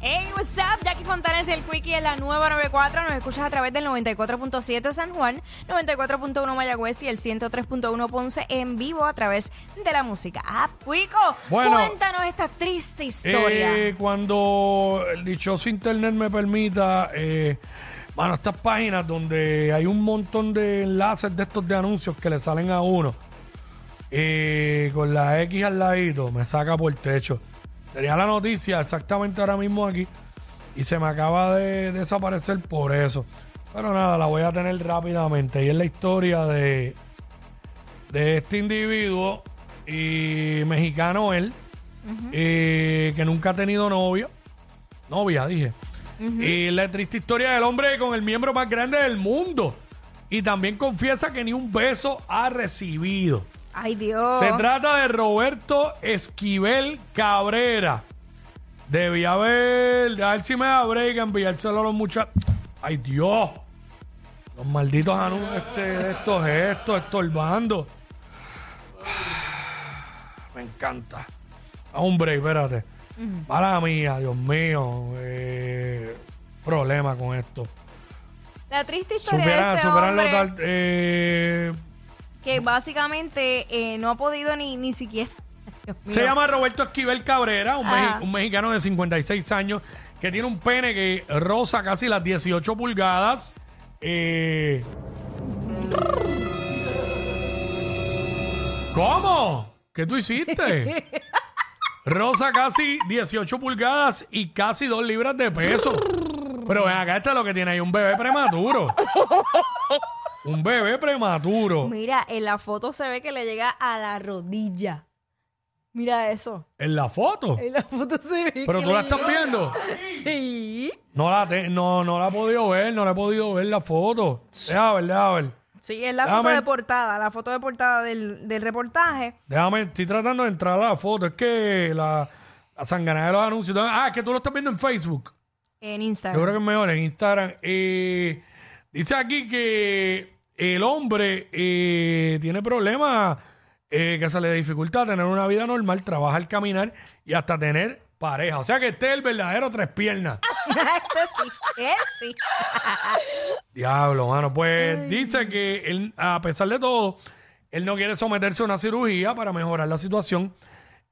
Hey, what's up? Jackie Fontanes y el Quickie en la nueva 94. Nos escuchas a través del 94.7 San Juan, 94.1 Mayagüez y el 103.1 Ponce en vivo a través de la música. Ah, Quico, Bueno. cuéntanos esta triste historia. Eh, cuando el dichoso internet me permita, eh, bueno, estas páginas donde hay un montón de enlaces de estos de anuncios que le salen a uno, eh, con la X al ladito, me saca por el techo. Tenía la noticia exactamente ahora mismo aquí y se me acaba de desaparecer por eso. Pero nada, la voy a tener rápidamente. Y es la historia de, de este individuo y mexicano él, eh, que nunca ha tenido novio. Novia, dije. Y la triste historia del hombre con el miembro más grande del mundo. Y también confiesa que ni un beso ha recibido. Ay, Dios. Se trata de Roberto Esquivel Cabrera. Debía haber, a ver si me da break, enviárselo a los muchachos. ¡Ay, Dios! Los malditos anuncios este, estos gestos, estorbando. Me encanta. A un break, espérate. Para mía, Dios mío. eh, problema con esto. La triste historia de Superan, este superan los... hombre tal- eh, que básicamente eh, no ha podido ni, ni siquiera... Dios mío. Se llama Roberto Esquivel Cabrera, un, Ajá. mexi- un mexicano de 56 años que tiene un pene que roza casi las 18 pulgadas. Eh, ¿Cómo? ¿Qué tú hiciste? Rosa casi 18 pulgadas y casi 2 libras de peso. Pero ven acá, esto es lo que tiene ahí, un bebé prematuro. Un bebé prematuro. Mira, en la foto se ve que le llega a la rodilla. Mira eso. En la foto. En la foto se ve Pero que tú la le estás viendo. llega- Sí. No la, te- no, no la he podido ver, no la he podido ver la foto. Déjame ver, déjame ver. Sí, es la Déjame- foto de portada, la foto de portada del, del reportaje. Déjame, estoy tratando de entrar a la foto. Es que la, la sanganada de los anuncios. Ah, es que tú lo estás viendo en Facebook. En Yo Instagram. creo que es mejor en Instagram. Eh, dice aquí que el hombre eh, tiene problemas eh, que se le dificulta tener una vida normal, trabajar, caminar y hasta tener pareja. O sea que este es el verdadero tres piernas. Este sí, él sí. Diablo, mano. Pues dice que él, a pesar de todo, él no quiere someterse a una cirugía para mejorar la situación.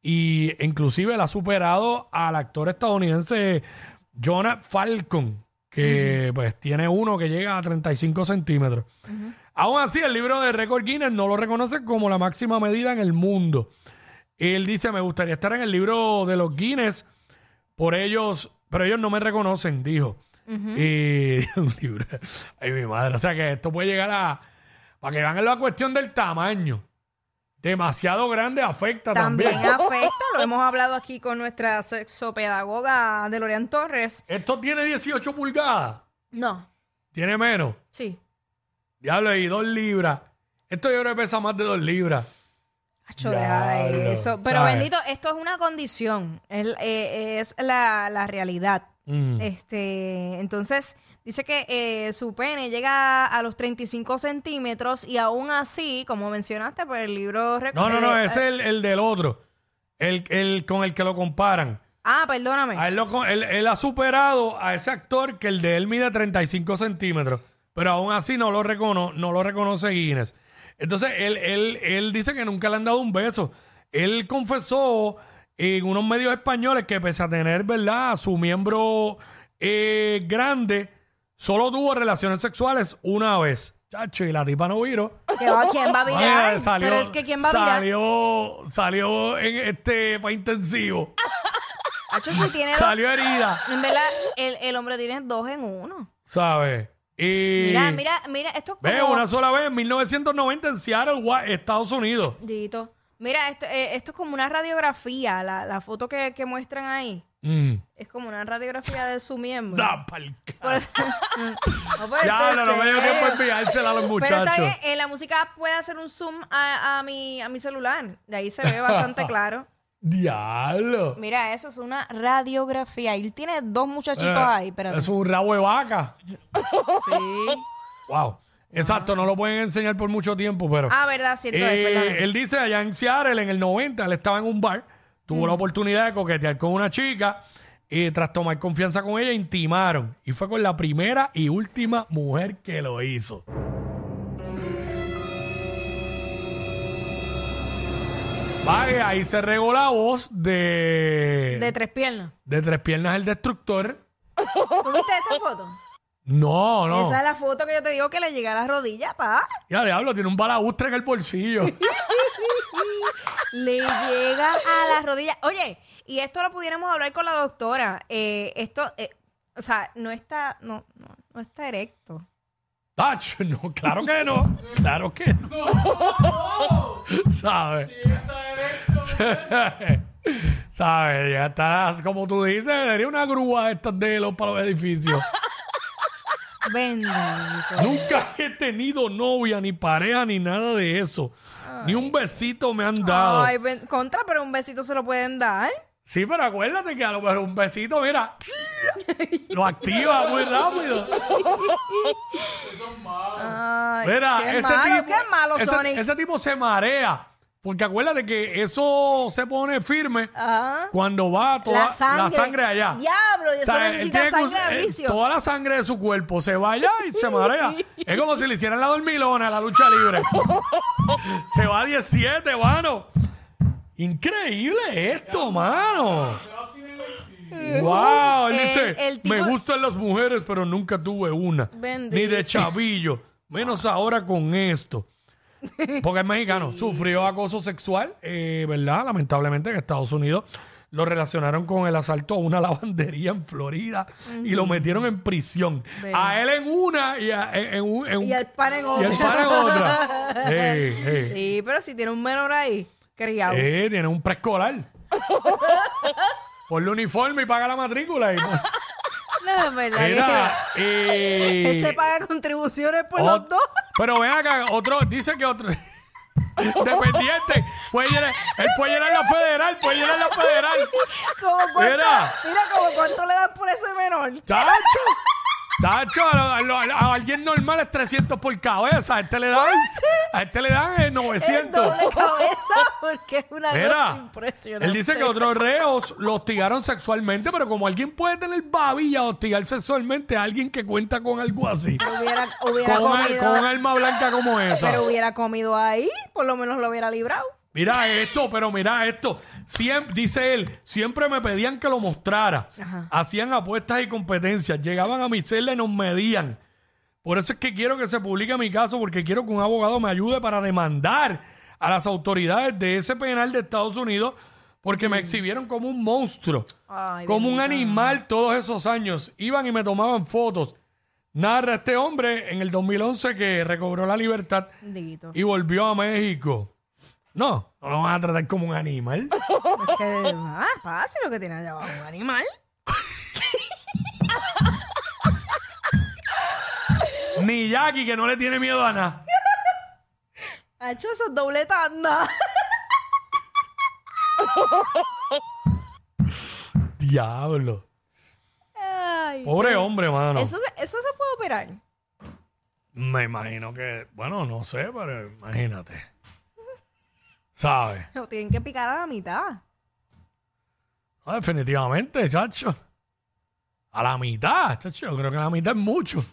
Y inclusive él ha superado al actor estadounidense Jonah Falcon, que pues tiene uno que llega a 35 centímetros. Aún así, el libro de récord Guinness no lo reconoce como la máxima medida en el mundo. Él dice, me gustaría estar en el libro de los Guinness por ellos, pero ellos no me reconocen, dijo. Y un libro. Ay, mi madre. O sea que esto puede llegar a. Para que vean la cuestión del tamaño. Demasiado grande afecta también. También afecta, lo hemos hablado aquí con nuestra sexopedagoga Delorian Torres. Esto tiene 18 pulgadas. No, Tiene menos. sí. Diablo, y 2 libras. Esto yo creo que pesa más de 2 libras. Acho, deja de Diablo, eso. Pero ¿sabes? bendito, esto es una condición, es, eh, es la, la realidad. Mm. Este, entonces, dice que eh, su pene llega a los 35 centímetros y aún así, como mencionaste, pues el libro... rec- No, no, no, eh, ese es el, el del otro. El, el con el que lo comparan. Ah, perdóname. A él, lo con- él- él ha superado a ese actor que el de él mide 35 centímetros, pero aún así no lo, recono, no lo reconoce Guinness. Entonces, él, él, él dice que nunca le han dado un beso. Él confesó en unos medios españoles que pese a tener, ¿verdad?, su miembro eh, grande, solo tuvo relaciones sexuales una vez. Chacho, y la tipa no viro. Que va- ¿Quién va a virar? Oye, salió, Pero es que ¿quién va a virar? salió, salió en este para intensivo. Hacho, si tiene dos- Salió herida. En verdad, el, el hombre tiene dos en uno. ¿Sabes? Y Mira, mira, mira, esto es Ve, como... una sola vez en 1990 en Seattle, Gua- Estados Unidos. Dito. Mira, esto, eh, esto es como una radiografía, la, la foto que, que muestran ahí. Mm. Es como una radiografía de su miembro. Da pa'l Por ca- eso- mm. No, pero Ya, esto no, es no me dio tiempo a serio. enviársela a los Pero está bien, muchachos. eh, la música puede hacer un zoom a, a mi, a mi celular. De ahí se ve bastante claro. Diablo. Mira, eso es una radiografía. Y él tiene dos muchachitos Eh, ahí, espérate. Es un rabo de vaca. Sí. Wow. Exacto, no lo pueden enseñar por mucho tiempo, pero. Ah, verdad, cierto es, Eh, verdad. él dice allá en Seattle, en el 90, él estaba en un bar, tuvo la oportunidad de coquetear con una chica y tras tomar confianza con ella, intimaron. Y fue con la primera y última mujer que lo hizo. Vaya, ahí se regó la voz de, De tres piernas. de Tres Piernas el Destructor. ¿Tú viste esta foto? No, no. Esa es la foto que yo te digo que le llega a las rodillas, pa. Ya diablo, tiene un balaustre en el bolsillo. Le llega a las rodillas. Oye, y esto lo pudiéramos hablar con la doctora. Eh, esto, eh, o sea, no está, no, no, no está erecto. Tacho, no, claro que no. Claro que no. ¿Sabes? ¿Sabes? Ya estás, como tú dices, sería una grúa estas de los para los edificios. Bendito. Nunca he tenido novia, ni pareja, ni nada de eso. Ni un besito me han dado. Ay, ben- contra, pero un besito se lo pueden dar. Sí, pero acuérdate que a lo mejor un besito, mira, lo activa muy rápido. Ay, Mira, qué ese malo, tipo, qué malo, ese, Sonic. ese tipo se marea. Porque acuérdate que eso se pone firme Ajá. cuando va toda la sangre, allá. Ah, Diablo, y O eso sea, él necesita tiene que us- sangre de eh, vicio. Toda la sangre de su cuerpo se va allá y se marea. es como si le hicieran la dormilona a la lucha libre. se va a 17, mano. Increíble esto, mano. Wow, él El- dice, Eh, el tipo- me gustan las mujeres, pero nunca tuve una. Ni de Bendito. chavillo. Menos ahora con esto. Porque es mexicano. Sufrió acoso sexual, eh, ¿verdad? Lamentablemente en Estados Unidos lo relacionaron con el asalto a una lavandería en Florida y lo metieron en prisión. A él en una y, a- en, en un- en un- Y al pana en y al otra. pana en otra. Eh, eh. Sí, pero si tiene un menor ahí, criado. Eh, tiene un preescolar. Ponle uniforme y paga la matrícula. Y, pues, No, es verdad. que- Mira, eh, Él se paga contribuciones por Ot- Pues los dos. Pero ven acá, otro, dice que otro. Dependiente, puede llenar, él puede llenar la federal, puede llenar la federal. Como cuánto, Mira. mira. como cuánto le dan por ese menor. Chacho, chacho, a, lo- a lo- a alguien normal es 300 por cabeza, a este le dan, a este le dan eh, El 900. doble cabeza porque es una cosa Mira, impresionante. él dice que otros reos lo hostigaron sexualmente, pero como alguien puede tener babilla hostigar sexualmente a alguien que cuenta con algo así, hubiera, hubiera con, un comido, alma blanca como esa. pero hubiera comido ahí, por lo menos lo hubiera librado. Mira esto, pero mira esto. Siem- dice él, siempre me pedían que lo mostrara. Hacían apuestas y competencias. Llegaban a mi celda y nos medían. Por eso es que quiero que se publique mi caso, porque quiero que un abogado me ayude para demandar a las autoridades de ese penal de Estados Unidos, porque me exhibieron como un monstruo, Ay, como un animal todos esos años. Iban y me tomaban fotos. Narra este hombre en el 2011 que recobró la libertad Bendito. y volvió a México. No, no lo van a tratar como un animal. Es que, ah, pase lo que tiene allá abajo, un animal. Ni Jackie, que no le tiene miedo a nada. Ha hecho esa doble tanda. Diablo. Ay. Pobre hombre, mano. Eso se, eso se puede operar. Me imagino que, bueno, no sé, pero imagínate. ¿Sabes? Lo tienen que picar a la mitad. No, definitivamente, chacho. A la mitad, chacho. Yo creo que a la mitad es mucho.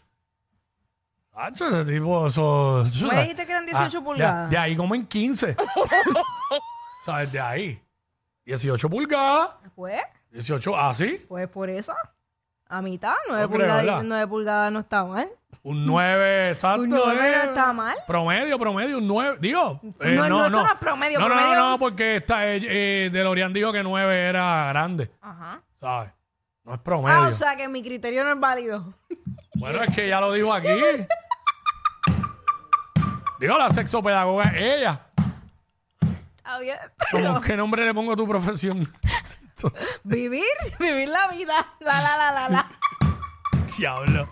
Chacho, ese tipo, eso. eso- Me dijiste que eran 18 Ah, de- pulgadas. De, ahí comen 15. ¿Sabes? De ahí. 18 pulgadas. Pues, 18, ah, sí. pues por eso. A mitad, 9 No creo, ¿verdad? pulgadas, 9 pulgadas no está mal. Un 9, exacto. Un 9 eh. no está mal. Promedio, promedio, un 9. Digo, eh, No, no, no, eso no es promedio, No, no, promedio no, no, es- porque esta, eh, eh, DeLorean dijo que 9 era grande, Ajá. ¿sabes? No es promedio. Ah, o sea que mi criterio no es válido. Bueno, es que ya lo dijo aquí. digo, la sexopedagoga es ella. Está todavía. ¿Cómo, ¿Qué nombre le pongo a tu profesión? Entonces, Vivir, vivir la vida. La, la, la, la, la. diablo.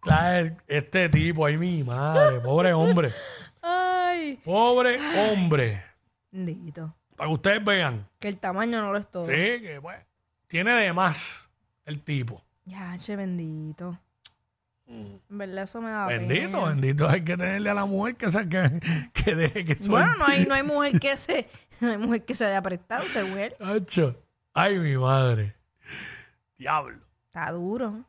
Claro, Este tipo, ay, mi madre. Pobre hombre. Ay. Pobre hombre. Bendito. Para que ustedes vean. Que el tamaño no lo es todo. Sí, que pues. Tiene de más el tipo. Ya, che, bendito. En verdad, eso me da Bendito, pena. bendito. Hay que tenerle a la mujer que, se, que, que deje que suelte. Bueno, no hay, no hay mujer que se, no hay mujer que se haya prestado, se mujer. Acho. Ay, mi madre. Diablo. Está duro.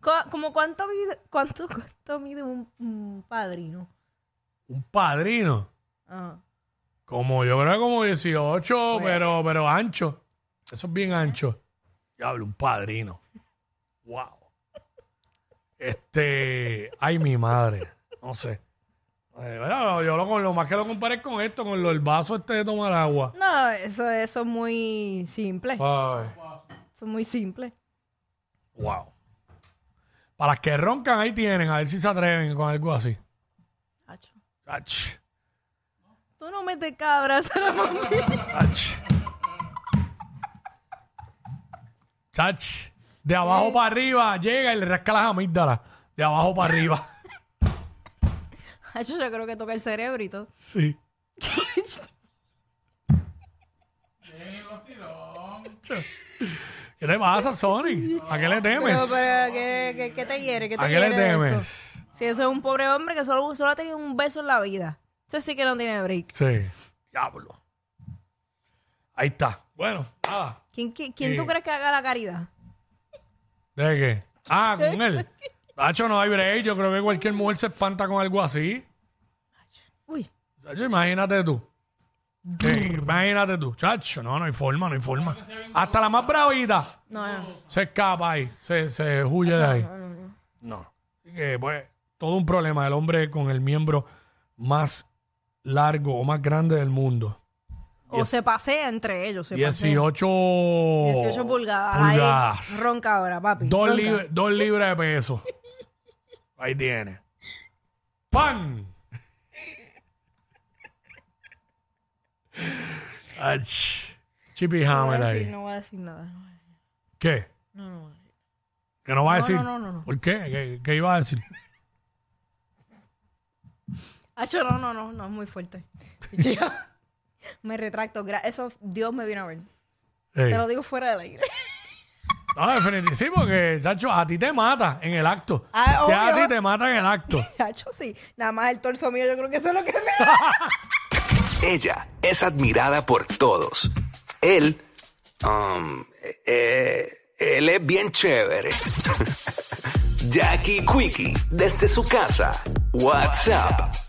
Co- Como cuánto mide, cuánto, cuánto mide un, un padrino. Ah. Un padrino. Ajá. Como yo creo que como 18, Pues, pero, pero ancho. Eso es bien ancho. Diablo, un padrino. Wow. Este. Ay, mi madre. No sé. Eh, bueno, yo lo, con lo más que lo comparé es con esto, con lo, el vaso este de tomar agua. No, eso, eso es muy simple. Ay. Eso es muy simple. Wow. Para las que roncan, ahí tienen, a ver si se atreven con algo así. Acho. Ach, Tú no metes cabras, Ramón. ach. Chach. De abajo para arriba, llega y le rasca las amígdalas. De abajo para arriba. Acho, yo creo que toca el cerebrito. Sí. Ach. ¿Qué te pasa, Sonic? ¿A qué le Pero, temes? pero, ¿qué, qué, qué te hiere? ¿Qué te ¿A qué hiere le de esto? temes? Si eso es un pobre hombre que solo, solo ha tenido un beso en la vida. Ese sí que no tiene break. Sí. Diablo. Ahí está. Bueno, nada. ¿Quién, quién, quién Sí. tú crees que haga la caridad? ¿De qué? Ah, con él. Nacho, no hay break. Yo creo que cualquier mujer se espanta con algo así. Uy, Chacho, imagínate tú. Eh, imagínate tú. Chacho, no, no hay forma, no hay forma. Hasta la más bravita no, no. se escapa ahí, se, se huye de ahí. No. Así que, pues, todo un problema. El hombre con el miembro más largo o más grande del mundo. O se pasea entre ellos. Se pasea. 18... 18 pulgadas. Ahí, Pulgadas. ronca ahora, papi. Oh, Dos, ronca. lib- dos libras de peso. Ahí tiene. ¡Pan! Ach. Chippy No voy Hammer a ahí. decir, no voy a decir nada. no voy a decir- ¿Qué? No, no, voy a decir. ¿Que no va a No, decir? no, no, no, no. ¿Por qué? ¿Qué, qué iba a decir? Acho, no, no, no, no, es muy fuerte. Yo me retracto. gra- Eso Dios me vino a ver. Ey. Te lo digo fuera del aire. No, definitivamente. Sí, porque, chacho, a ti te mata en el acto. Ah, si a obvio. ti te mata en el acto. Acho, sí. Nada más el torso mío, yo creo que eso es lo que me da. Ella es admirada por todos. Él, um, eh, él es bien chévere. Jackie Quickie, desde su casa. What's up?